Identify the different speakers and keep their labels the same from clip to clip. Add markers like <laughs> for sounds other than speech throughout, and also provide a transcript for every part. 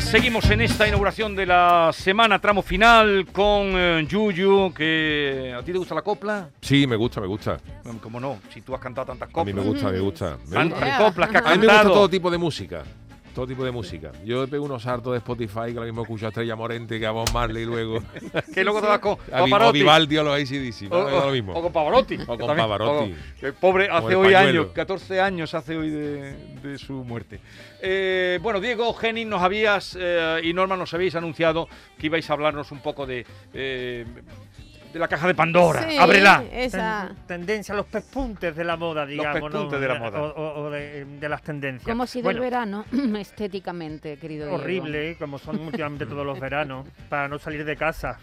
Speaker 1: Seguimos en esta inauguración de la semana, tramo final, con eh, Yuyu, que... ¿A ti te gusta la copla?
Speaker 2: Sí, me gusta, me gusta.
Speaker 1: Bueno, ¿Cómo no? Si tú has cantado tantas
Speaker 2: A mí
Speaker 1: coplas.
Speaker 2: me gusta, me gusta. Me gusta.
Speaker 1: Tantas coplas que has
Speaker 2: A mí me gusta
Speaker 1: cantado.
Speaker 2: todo tipo de música. Todo tipo de música. Yo pego unos hartos de Spotify que ahora mismo escucho a Estrella Morente, que a Bob Marley luego.
Speaker 1: que luego te vas con
Speaker 2: A, Vi- o
Speaker 1: Pavarotti.
Speaker 2: Vivaldi o los ACDC.
Speaker 1: O,
Speaker 2: ¿no? Es lo
Speaker 1: o-
Speaker 2: mismo.
Speaker 1: o con Pavarotti. que
Speaker 2: con
Speaker 1: también-
Speaker 2: Pavarotti.
Speaker 1: o- que pobre, hace
Speaker 2: el
Speaker 1: hoy
Speaker 2: pañuelo.
Speaker 1: años, 14 años hace hoy de, de su muerte. Eh, bueno, Diego, Genin, nos habías eh, y Norma nos habéis anunciado que ibais a hablarnos un poco de, eh, de la caja de Pandora.
Speaker 3: Sí,
Speaker 1: Ábrela.
Speaker 3: Esa.
Speaker 4: ten- tendencia, los pespuntes de la moda, digamos.
Speaker 1: pespuntes de la moda.
Speaker 4: O, o- o de, em, de las tendencias.
Speaker 5: ¿Cómo ha sido
Speaker 4: Bueno,
Speaker 5: el verano <clears throat> estéticamente, querido Diego?
Speaker 4: Horrible, ¿eh? como son últimamente
Speaker 1: <laughs>
Speaker 4: todos los veranos, para no salir de casa.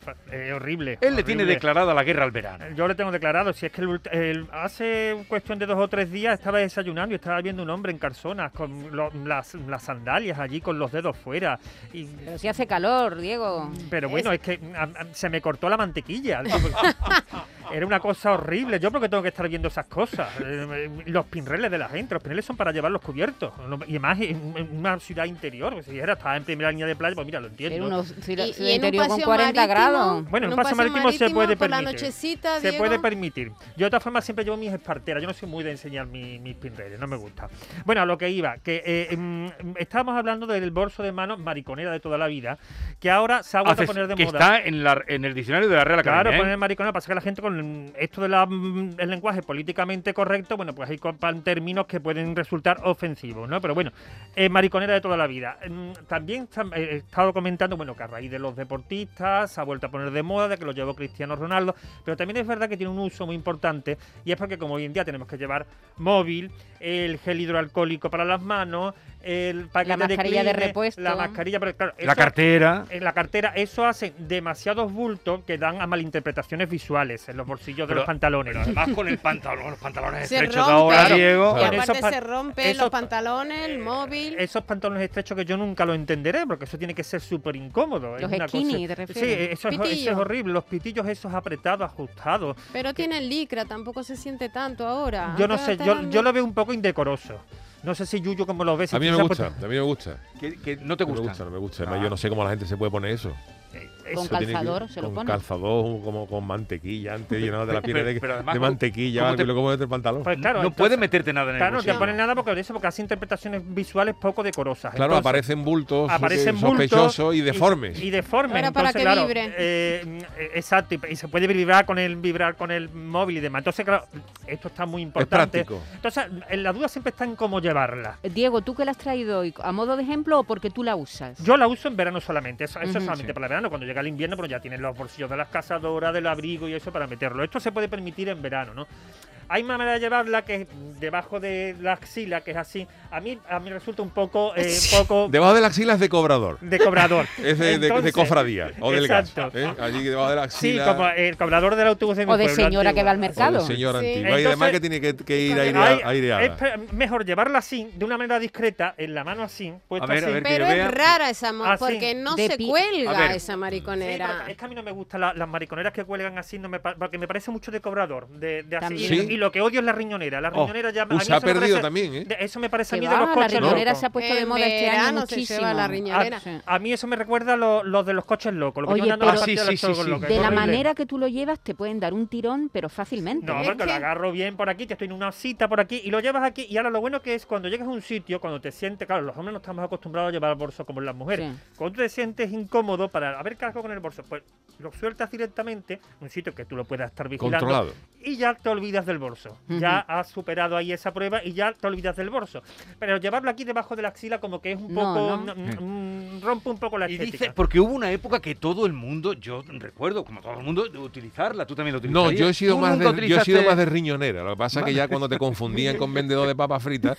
Speaker 4: Fa- eh, horrible.
Speaker 1: Él le tiene
Speaker 4: horrible. Eh,
Speaker 1: declarada la guerra al verano.
Speaker 4: Yo le tengo declarado, si es que el ult- el- hace cuestión de dos o tres días estaba desayunando y estaba viendo un hombre en calzonas con lo- las, las sandalias allí con los dedos fuera. Y,
Speaker 5: Pero si hace calor, Diego.
Speaker 4: pero bueno,
Speaker 5: Es-
Speaker 4: es, que am- am- se me cortó la mantequilla. Era una cosa horrible. Yo porque tengo que estar viendo esas cosas. Eh, Los pinreles de la gente, los pinreles son para llevar los cubiertos. No- Y más en en una ciudad interior. Si era estaba en primera línea de playa, pues mira, lo entiendo.
Speaker 5: pero unos, si la-
Speaker 3: Y-
Speaker 5: si
Speaker 3: y
Speaker 5: el
Speaker 3: en un
Speaker 5: interior con
Speaker 3: paseo
Speaker 5: 40 grados.
Speaker 3: marítimo,
Speaker 4: Bueno, un
Speaker 3: en un
Speaker 4: paseo
Speaker 3: paseo
Speaker 4: marítimo, se
Speaker 3: marítimo
Speaker 4: puede
Speaker 3: por la
Speaker 4: permitir.
Speaker 3: nochecita,
Speaker 4: se
Speaker 3: Diego.
Speaker 4: puede permitir. Yo de todas formas siempre llevo mis esparteras. Yo no soy muy de enseñar mi- mis pinreles, no me gusta. Bueno, a lo que iba, que eh, em, estábamos hablando del bolso de mano mariconera de toda la vida, que ahora se ha vuelto
Speaker 1: Haces-
Speaker 4: a poner de
Speaker 1: que
Speaker 4: moda.
Speaker 1: está en, la- en el diccionario de la Real Academia.
Speaker 4: Claro,
Speaker 1: ¿eh?
Speaker 4: poner mariconera, pasa que la gente con esto del lenguaje políticamente correcto, bueno, pues hay copan términos que pueden resultar ofensivos, ¿no? Pero bueno, eh, mariconera de toda la vida. Mm, También tam- eh, he estado comentando, bueno, que a raíz de los deportistas se ha vuelto a poner de moda, de que lo llevó Cristiano Ronaldo, pero también es verdad que tiene un uso muy importante y es porque como hoy en día tenemos que llevar móvil, el gel hidroalcohólico para las manos, el paquete
Speaker 5: mascarilla de
Speaker 4: Kleenex,
Speaker 5: repuesto.
Speaker 4: la mascarilla, pero claro,
Speaker 1: La
Speaker 4: eso-
Speaker 1: cartera.
Speaker 4: en la cartera, eso hace demasiados bultos que dan a malinterpretaciones visuales en los bolsillos de
Speaker 1: Pero-
Speaker 4: los pantalones.
Speaker 1: Pero además con el pantalón, los pantalones
Speaker 3: Se
Speaker 1: estrechos de
Speaker 3: rompe.
Speaker 1: ahora,
Speaker 4: Claro.
Speaker 1: Diego.
Speaker 3: Y
Speaker 4: Claro.
Speaker 3: aparte
Speaker 4: Esos pa-
Speaker 3: se rompe
Speaker 4: esos
Speaker 3: los
Speaker 4: pa-
Speaker 3: pantalones, el móvil.
Speaker 4: Esos pantalones estrechos que yo nunca lo entenderé, porque eso tiene que ser súper incómodo. es
Speaker 5: Los
Speaker 4: una cosa-
Speaker 5: skinny, ¿te refieres?
Speaker 4: Sí, eso es,
Speaker 3: Pitillo.
Speaker 4: eso es horrible. Los pitillos esos apretados, ajustados.
Speaker 3: pero tiene licra, tampoco se siente tanto ahora.
Speaker 4: Yo no
Speaker 3: Antes
Speaker 4: sé,
Speaker 3: Ah, te
Speaker 4: yo,
Speaker 3: dan-
Speaker 4: yo lo veo un poco indecoroso. No sé si Yuyu como lo ves. si
Speaker 2: A mí no
Speaker 4: quizá,
Speaker 2: me
Speaker 4: pues,
Speaker 2: gusta, a mí no me gusta.
Speaker 1: Que, que no te
Speaker 2: No me
Speaker 1: gusta.
Speaker 2: gusta, no me gusta. Además, Yo no sé cómo la gente se puede poner eso.
Speaker 4: eh,
Speaker 5: Con
Speaker 4: eso-
Speaker 2: Eso tiene que-
Speaker 5: calzador se lo
Speaker 2: con
Speaker 5: pone.
Speaker 2: calzador, como con mantequilla, antes llenado de la piel
Speaker 1: Pero-
Speaker 2: de,
Speaker 1: pero además,
Speaker 2: de
Speaker 1: ¿cómo-
Speaker 2: mantequilla,
Speaker 1: cómo
Speaker 2: algo,
Speaker 1: te-
Speaker 2: y luego ponerte el pantalón.
Speaker 4: pues claro,
Speaker 1: no
Speaker 4: entonces-
Speaker 1: puedes meterte nada en el
Speaker 4: Claro, no te
Speaker 1: bolsillo.
Speaker 4: ponen nada porque eso porque hace interpretaciones visuales poco decorosas.
Speaker 2: Claro,
Speaker 4: Entonces-
Speaker 2: aparecen bultos
Speaker 4: aparecen
Speaker 2: eh,
Speaker 4: bultos
Speaker 2: sospechosos y deformes.
Speaker 4: Y, y deformes.
Speaker 3: Ahora para
Speaker 4: Entonces,
Speaker 3: que
Speaker 4: claro,
Speaker 3: vibre.
Speaker 4: eh, mm, eh, exacto, y, y se puede vibrar con el vibrar con el móvil y demás. Entonces, claro, esto está muy importante.
Speaker 2: práctico.
Speaker 4: Entonces, eh, la duda siempre está en cómo llevarla.
Speaker 5: Diego, ¿tú qué la has traído hoy? ¿A modo de ejemplo o porque tú la usas?
Speaker 4: Yo la uso en verano solamente, eso, eso
Speaker 5: Ujú.
Speaker 4: es solamente
Speaker 1: Sí.
Speaker 4: para el verano. Cuando llega el invierno, pues ya tienes los bolsillos de las cazadoras, del abrigo y eso para meterlo. Esto se puede permitir en verano, ¿no? Hay una manera de llevarla que es debajo de la axila, que es así. A mí, a mí resulta un poco,
Speaker 2: <laughs>
Speaker 4: eh, poco
Speaker 2: Debajo de la axila es de cobrador.
Speaker 4: de cobrador.
Speaker 2: <laughs> Es de, de- de
Speaker 4: Entonces-
Speaker 2: cofradía o del gas.
Speaker 4: Exacto.
Speaker 2: ¿eh? Allí debajo de la
Speaker 4: Sí,
Speaker 2: axila.
Speaker 4: como el cobrador del autobús de mi
Speaker 5: O de
Speaker 4: pueblo,
Speaker 5: señora
Speaker 4: antiguo.
Speaker 5: que va al
Speaker 2: o del
Speaker 5: mercado.
Speaker 2: señor
Speaker 3: Sí.
Speaker 2: antiguo. Y
Speaker 4: Entonces-
Speaker 2: además que tiene que, que ir
Speaker 3: Ay,
Speaker 2: airea-
Speaker 4: Ay,
Speaker 2: aireada.
Speaker 4: es pe- mejor llevarla así, de una manera discreta, en la mano así, puesta
Speaker 1: A ver, a
Speaker 4: así.
Speaker 1: ver, que
Speaker 3: Pero
Speaker 1: yo
Speaker 3: es
Speaker 1: vea.
Speaker 3: rara esa mo-
Speaker 4: Ah, sí.
Speaker 3: porque no
Speaker 5: De
Speaker 3: se
Speaker 5: pi-
Speaker 1: A
Speaker 3: cuelga
Speaker 1: ver.
Speaker 3: esa
Speaker 4: Sí, pero
Speaker 3: mariconera.
Speaker 4: es que a mí no me gustan la- las mariconeras que cuelgan así, no me, pa- porque me parece mucho de cobrador. De, de así.
Speaker 5: También.
Speaker 4: Y,
Speaker 2: Sí.
Speaker 4: y lo que odio es la riñonera. La
Speaker 2: Oh,
Speaker 4: riñonera ya a
Speaker 2: uh,
Speaker 4: mí
Speaker 2: se ha
Speaker 4: eso me
Speaker 2: perdido
Speaker 4: parece-
Speaker 2: también, ¿eh?
Speaker 4: de- eso me parece a mí
Speaker 5: Que
Speaker 4: de
Speaker 5: va,
Speaker 4: los
Speaker 5: la
Speaker 4: coches
Speaker 5: riñonera
Speaker 4: locos.
Speaker 5: se ha puesto de
Speaker 3: En
Speaker 5: moda este año
Speaker 3: verano se
Speaker 5: muchísimo.
Speaker 3: lleva la riñonera.
Speaker 5: Ah, sí.
Speaker 4: A mí eso me recuerda lo- los de los coches locos. Lo que
Speaker 5: Oye,
Speaker 4: llevan dando
Speaker 5: pero-
Speaker 4: los partidos
Speaker 1: Ah, sí, sí,
Speaker 4: locos,
Speaker 1: sí, sí.
Speaker 4: locos,
Speaker 5: De
Speaker 4: es
Speaker 5: la
Speaker 4: horrible.
Speaker 5: manera que tú lo llevas te pueden dar un tirón, pero fácilmente.
Speaker 4: No,
Speaker 3: Es
Speaker 4: porque
Speaker 3: que-
Speaker 4: lo agarro bien por aquí, te estoy en una cita por aquí y lo llevas aquí. Y ahora lo bueno que es cuando llegas a un sitio, cuando te sientes, claro, los hombres no estamos acostumbrados a llevar bolso como las mujeres.
Speaker 5: Sí.
Speaker 4: Cuando tú te sientes incómodo para haber cargo con el bolso, pues lo sueltas directamente en un sitio que tú lo puedas estar vigilando.
Speaker 2: Controlado.
Speaker 4: Y ya te olvidas del bolso.
Speaker 5: Ujú.
Speaker 4: Ya has superado ahí esa prueba y ya te olvidas del bolso. Pero llevarlo aquí debajo de la axila como que es un
Speaker 5: No,
Speaker 4: poco...
Speaker 5: no.
Speaker 4: mm, mm, rompe un poco la
Speaker 1: Y
Speaker 4: estética.
Speaker 1: dice, porque hubo una época que todo el mundo, yo recuerdo, como todo el mundo, de utilizarla. Tú también lo utilizaste.
Speaker 2: No, yo he sido más de, yo he sido más de riñonera. Lo que pasa es que ya cuando te confundían con vendedor de papas fritas,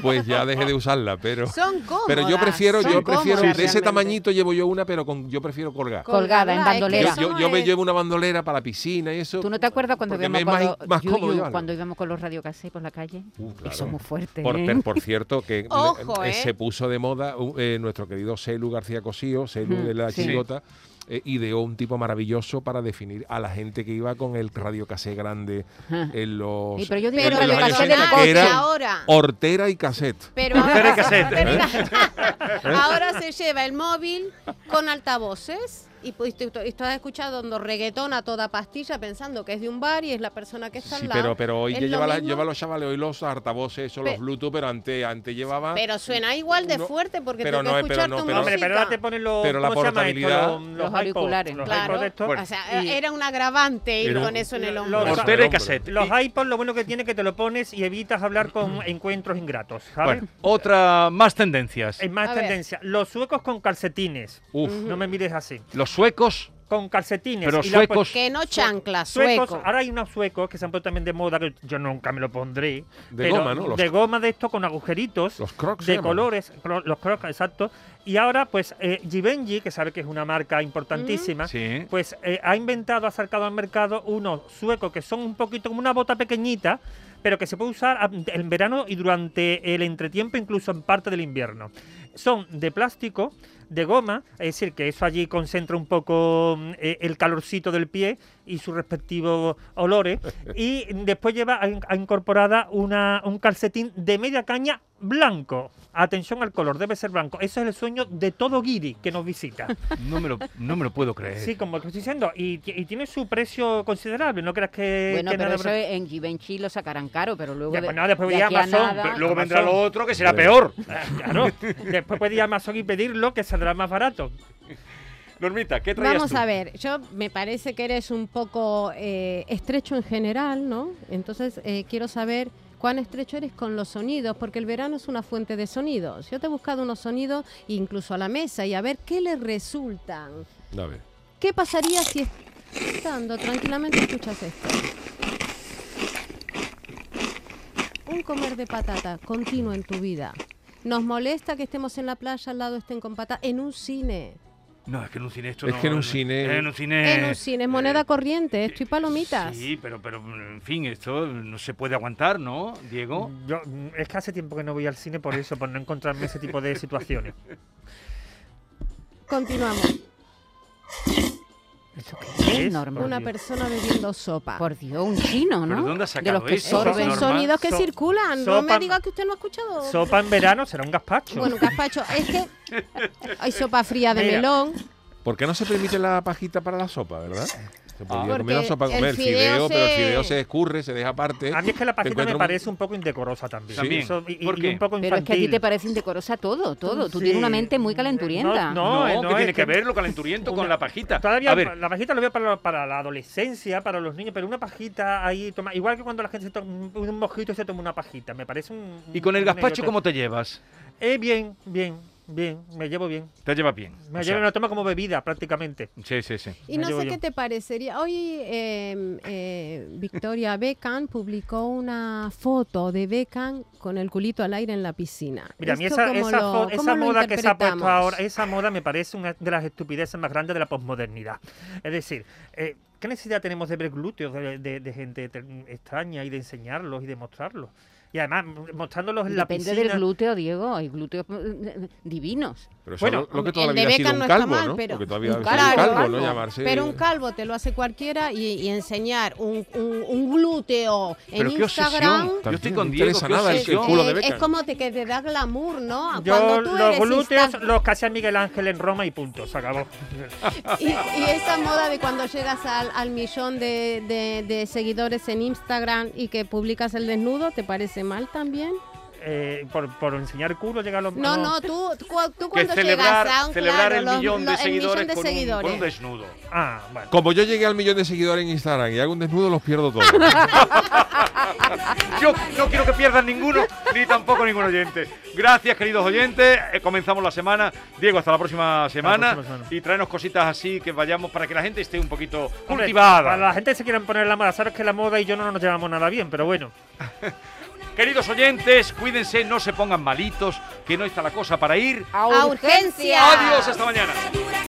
Speaker 2: pues ya dejé de usarla, pero
Speaker 3: Son cómodas.
Speaker 2: pero yo prefiero,
Speaker 3: son
Speaker 2: yo prefiero de
Speaker 3: cómodas
Speaker 2: ese
Speaker 3: realmente.
Speaker 2: tamañito llevo yo una, pero con, yo prefiero colgar.
Speaker 5: Colgada, en
Speaker 3: Colgada, es que
Speaker 5: bandolera.
Speaker 2: Yo,
Speaker 3: eso
Speaker 2: yo-
Speaker 3: no
Speaker 2: yo me
Speaker 3: es-
Speaker 2: llevo una bandolera para la piscina y eso.
Speaker 5: ¿Tú no te acuerdas cuando
Speaker 2: porque
Speaker 5: íbamos
Speaker 2: me es
Speaker 5: con
Speaker 2: más,
Speaker 5: los,
Speaker 2: más
Speaker 5: Yuyu,
Speaker 2: cómodo llevarlo.
Speaker 5: cuando íbamos con los radiocassettes por la calle?
Speaker 2: Uh, claro.
Speaker 5: Eso es muy fuerte.
Speaker 2: Por,
Speaker 5: ¿eh?
Speaker 2: per- por cierto,
Speaker 3: <laughs>
Speaker 2: que
Speaker 3: Este, Ojo,
Speaker 2: eh,
Speaker 3: ¿eh?
Speaker 2: se puso de moda uh, eh, nuestro querido Celu García Cosío, Celu
Speaker 5: Ujú,
Speaker 2: de la
Speaker 5: sí.
Speaker 2: Chigota, eh, ideó un tipo maravilloso para definir a la gente que iba con el radiocasé grande en los,
Speaker 5: Y pero yo digo
Speaker 2: en
Speaker 3: Ah. Pero
Speaker 2: los
Speaker 3: lo que
Speaker 2: años
Speaker 3: pasa es
Speaker 2: 80,
Speaker 3: que
Speaker 2: que era
Speaker 3: ahora.
Speaker 2: hortera y cassette. ¿eh?
Speaker 3: Pero
Speaker 1: Espera
Speaker 3: ahora,
Speaker 1: que se-
Speaker 3: pero mira, ahora se lleva el móvil con altavoces y, pues, tú, tú- y tú has escuchado dando reggaetón a toda pastilla pensando que es de un bar y es la persona que está
Speaker 2: Sí,
Speaker 3: al lado.
Speaker 2: pero, pero hoy
Speaker 3: Es
Speaker 2: ya
Speaker 3: lo
Speaker 2: lleva, la-
Speaker 3: mismo,
Speaker 2: lleva los chavales, hoy los altavoces, eso, los
Speaker 3: Pe-
Speaker 2: Bluetooth, pero antes, antes llevaba...
Speaker 3: pero suena igual de
Speaker 2: No,
Speaker 3: fuerte porque
Speaker 2: pero
Speaker 3: tú que
Speaker 2: no, pero
Speaker 3: escuchar
Speaker 2: no,
Speaker 3: tu
Speaker 2: pero-
Speaker 4: Hombre,
Speaker 3: música.
Speaker 4: pero ahora te ponen los,
Speaker 2: Pero la
Speaker 4: ¿cómo se llama esto?
Speaker 2: portabilidad-
Speaker 4: Los,
Speaker 5: Los
Speaker 4: iPods,
Speaker 5: auriculares,
Speaker 4: los
Speaker 3: claro.
Speaker 4: iPods estos.
Speaker 1: Bueno.
Speaker 3: o sea,
Speaker 4: Y-
Speaker 3: era un agravante ir
Speaker 1: Era un-
Speaker 3: con eso en el
Speaker 4: lo-
Speaker 3: hombro.
Speaker 4: lo-
Speaker 1: Hortera y
Speaker 2: hombre. Mm.
Speaker 1: cassette.
Speaker 4: Los
Speaker 1: Y-
Speaker 4: iPods lo bueno que tiene que te lo pones y evitas hablar con encuentros ingratos, ¿sabes?
Speaker 1: bueno, otra más tendencias.
Speaker 4: Es más
Speaker 3: A ver.
Speaker 4: tendencia. Los suecos con calcetines.
Speaker 1: Uf,
Speaker 4: No me mires así.
Speaker 1: los suecos,
Speaker 4: Con calcetines.
Speaker 1: pero
Speaker 4: y la-
Speaker 1: suecos.
Speaker 3: que no chancla,
Speaker 4: Suecos,
Speaker 3: sueco.
Speaker 4: ahora hay unos suecos que se han puesto también de moda, que yo nunca me lo pondré.
Speaker 2: De
Speaker 4: pero
Speaker 2: goma, ¿no? Los-
Speaker 4: de goma de esto con agujeritos.
Speaker 2: Los crocs se
Speaker 4: de
Speaker 2: llaman.
Speaker 4: colores, cro- los crocs, exacto. Y ahora, pues, eh, Givenchy, que sabe que es una marca importantísima,
Speaker 2: Mm.
Speaker 1: Sí.
Speaker 4: pues eh, ha inventado, ha sacado al mercado unos suecos que son un poquito como una bota pequeñita, pero que se puede usar a- en verano y durante el entretiempo, incluso en parte del invierno. Son de plástico, de goma, es decir, que eso allí concentra un poco mm, eh, el calorcito del pie y sus respectivos olores. Y después lleva a- a incorporada una, un calcetín de media caña blanco. Atención al color, debe ser blanco. Eso es el sueño de todo guiri que nos visita.
Speaker 1: No me, lo, no me lo puedo creer.
Speaker 4: Sí, como te estoy diciendo, y, ti- y tiene su precio considerable, no creas que...
Speaker 5: Bueno,
Speaker 4: que
Speaker 5: pero
Speaker 4: nada-
Speaker 5: eso en Givenchy lo sacarán caro, pero luego.
Speaker 4: Ya,
Speaker 5: de-
Speaker 4: pues nada, después
Speaker 5: de
Speaker 4: voy a
Speaker 5: aquí a
Speaker 4: Amazon,
Speaker 5: nada-
Speaker 1: Pero luego
Speaker 4: Amazon.
Speaker 1: vendrá lo otro que será peor.
Speaker 4: Ah, Claro, después puedes ir a Amazon y pedirlo, que saldrá más barato.
Speaker 1: Normita, ¿qué traías
Speaker 3: Vamos
Speaker 1: tú?
Speaker 3: a ver, yo me parece que eres un poco eh, estrecho en general, ¿no? Entonces eh, quiero saber cuán estrecho eres con los sonidos, porque el verano es una fuente de sonidos. Yo te he buscado unos sonidos incluso a la mesa y a ver qué le resultan.
Speaker 2: A ver.
Speaker 3: ¿Qué pasaría si estando tranquilamente escuchas esto? Un comer de patata continuo en tu vida. Nos molesta que estemos en la playa al lado estén con patata en un cine.
Speaker 1: No, es que en un cine esto
Speaker 2: Es
Speaker 1: no-
Speaker 2: que en un
Speaker 1: no-
Speaker 2: cine-
Speaker 1: En un cine...
Speaker 4: Eh,
Speaker 1: Eh,
Speaker 3: en un cine, es moneda corriente, eh, estoy palomitas.
Speaker 1: Sí, pero, pero en fin, esto no se puede aguantar, ¿no, Diego?
Speaker 4: Yo, mm, es que hace tiempo que no voy al cine por eso, por no encontrarme ese tipo de situaciones.
Speaker 3: Continuamos.
Speaker 5: ¿Eso qué
Speaker 4: Es
Speaker 5: es normal?
Speaker 4: por
Speaker 3: Una
Speaker 4: Dios.
Speaker 3: persona bebiendo sopa.
Speaker 5: Ah, Por Dios, un chino, ¿no?
Speaker 1: ¿Pero dónde has
Speaker 5: de
Speaker 1: sacado
Speaker 5: los que
Speaker 1: eso?
Speaker 5: sorben.
Speaker 3: Son
Speaker 1: Normal.
Speaker 3: sonidos que
Speaker 4: So-
Speaker 3: circulan. No
Speaker 4: sopa-
Speaker 3: me diga que usted no ha escuchado.
Speaker 4: Sopa en verano será un gazpacho.
Speaker 3: Bueno, gazpacho, es
Speaker 4: <laughs>
Speaker 3: que hay sopa fría de
Speaker 4: Mira.
Speaker 3: melón.
Speaker 2: ¿Por qué no se permite la pajita para la sopa, verdad? Se podría
Speaker 3: Ah. Porque
Speaker 2: comer la sopa,
Speaker 3: el
Speaker 2: comer el fideo,
Speaker 3: fideo
Speaker 2: pero el
Speaker 3: se-
Speaker 2: fideo se escurre, se deja aparte.
Speaker 4: a mí es que la
Speaker 2: te
Speaker 4: pajita me
Speaker 2: encuentras un-
Speaker 4: parece un poco indecorosa también.
Speaker 1: También.
Speaker 4: Eso- y, y-
Speaker 1: ¿Por
Speaker 4: y
Speaker 1: qué?
Speaker 4: un poco
Speaker 5: Pero es que a ti
Speaker 4: infantil.
Speaker 5: te parece indecorosa todo, todo. Tú tienes una
Speaker 4: Sí.
Speaker 5: mente muy calenturienta.
Speaker 4: No,
Speaker 1: No,
Speaker 4: eh,
Speaker 1: que
Speaker 4: no,
Speaker 1: tiene
Speaker 4: es
Speaker 1: que
Speaker 4: que-
Speaker 1: ver lo calenturiento con
Speaker 4: Una-
Speaker 1: la pajita.
Speaker 4: Todavía
Speaker 1: a ver,
Speaker 4: la pajita lo veo para, para la adolescencia, para los niños, pero una pajita ahí, toma, igual que cuando la gente se toma un un mojito y se toma una pajita, me parece un...
Speaker 1: ¿y con el
Speaker 4: un
Speaker 1: gazpacho
Speaker 4: idiote.
Speaker 1: cómo te llevas?
Speaker 4: Eh, bien, bien, bien, me llevo bien.
Speaker 1: Te llevas bien.
Speaker 4: Me
Speaker 1: o
Speaker 4: llevo,
Speaker 1: sea,
Speaker 4: me lo tomo como bebida prácticamente.
Speaker 1: Sí, sí, sí.
Speaker 3: Y
Speaker 4: Me
Speaker 3: no
Speaker 4: llevo
Speaker 3: sé
Speaker 4: yo.
Speaker 3: qué te parecería. Hoy eh, eh, Victoria Beckham publicó una foto de Beckham con el culito al aire en la piscina.
Speaker 4: Mira, a mí
Speaker 3: ¿Esto
Speaker 4: esa,
Speaker 3: cómo
Speaker 4: esa
Speaker 3: lo-
Speaker 4: fo-
Speaker 3: cómo
Speaker 4: esa
Speaker 3: lo
Speaker 4: moda que se ha puesto
Speaker 3: interpretamos?
Speaker 4: ahora, esa moda me parece una de las estupideces más grandes de la posmodernidad. Es decir, eh, ¿qué necesidad tenemos de ver glúteos de, de- de gente te- extraña y de enseñarlos y de mostrarlos? Y además, mostrándolos en la
Speaker 5: Depende
Speaker 4: piscina...
Speaker 5: del glúteo, Diego. Hay glúteos eh, divinos.
Speaker 2: Pero eso es
Speaker 4: Bueno,
Speaker 2: lo- lo que
Speaker 3: el
Speaker 2: toda la
Speaker 3: de
Speaker 2: vida ha sido
Speaker 3: Beckham
Speaker 2: un
Speaker 3: no está
Speaker 2: calvo,
Speaker 3: mal,
Speaker 2: ¿no?
Speaker 3: pero-
Speaker 2: Porque todavía ha
Speaker 5: un
Speaker 2: sido un
Speaker 5: calvo,
Speaker 2: calvo, ¿no?
Speaker 5: calvo.
Speaker 2: Llamarse...
Speaker 3: Pero un calvo te lo hace cualquiera y, y enseñar un, un- un glúteo en
Speaker 1: Pero qué
Speaker 3: Instagram.
Speaker 1: obsesión. Yo estoy
Speaker 2: También
Speaker 1: con
Speaker 2: me
Speaker 1: Diego,
Speaker 2: interesa
Speaker 1: qué
Speaker 2: nada el,
Speaker 1: obsesión.
Speaker 2: el culo de
Speaker 3: es- es
Speaker 2: Beckham.
Speaker 3: como te, que te da glamour, ¿no?
Speaker 4: Yo
Speaker 3: Cuando tú
Speaker 4: los
Speaker 3: eres
Speaker 4: glúteos
Speaker 3: Insta-
Speaker 4: los que hacía Miguel Ángel en Roma y punto, se acabó.
Speaker 3: Y, y esa moda de cuando llegas al, al millón de, de- de seguidores en Instagram y que publicas el desnudo, ¿te parece mal también?
Speaker 4: Eh, por, por enseñar culo llega a los
Speaker 3: No, no, tú, tú cua- tú
Speaker 1: Que
Speaker 3: cuando
Speaker 1: celebrar,
Speaker 3: llegas a un
Speaker 1: celebrar
Speaker 3: claro,
Speaker 1: el,
Speaker 3: los-
Speaker 1: millón de
Speaker 3: los- el millón de
Speaker 1: seguidores con un-
Speaker 3: seguidores.
Speaker 1: con un desnudo.
Speaker 4: Ah, bueno.
Speaker 2: Como yo llegué al millón de seguidores en Instagram y hago un desnudo, los pierdo todos.
Speaker 1: Yo no quiero que pierdan ninguno, ni tampoco ningún oyente. Gracias, queridos oyentes. Eh, comenzamos la semana. Diego, hasta la próxima semana.
Speaker 4: próxima semana.
Speaker 1: Y traernos cositas así que vayamos para que la gente esté un poquito
Speaker 4: Hombre,
Speaker 1: cultivada.
Speaker 4: Para la gente que se quieran poner la moda, sabes que la moda y yo no nos llevamos nada bien, pero bueno.
Speaker 1: Queridos oyentes, cuídense, no se pongan malitos, que no está la cosa para ir.
Speaker 3: ¡A urgencia!
Speaker 1: Adiós, hasta mañana.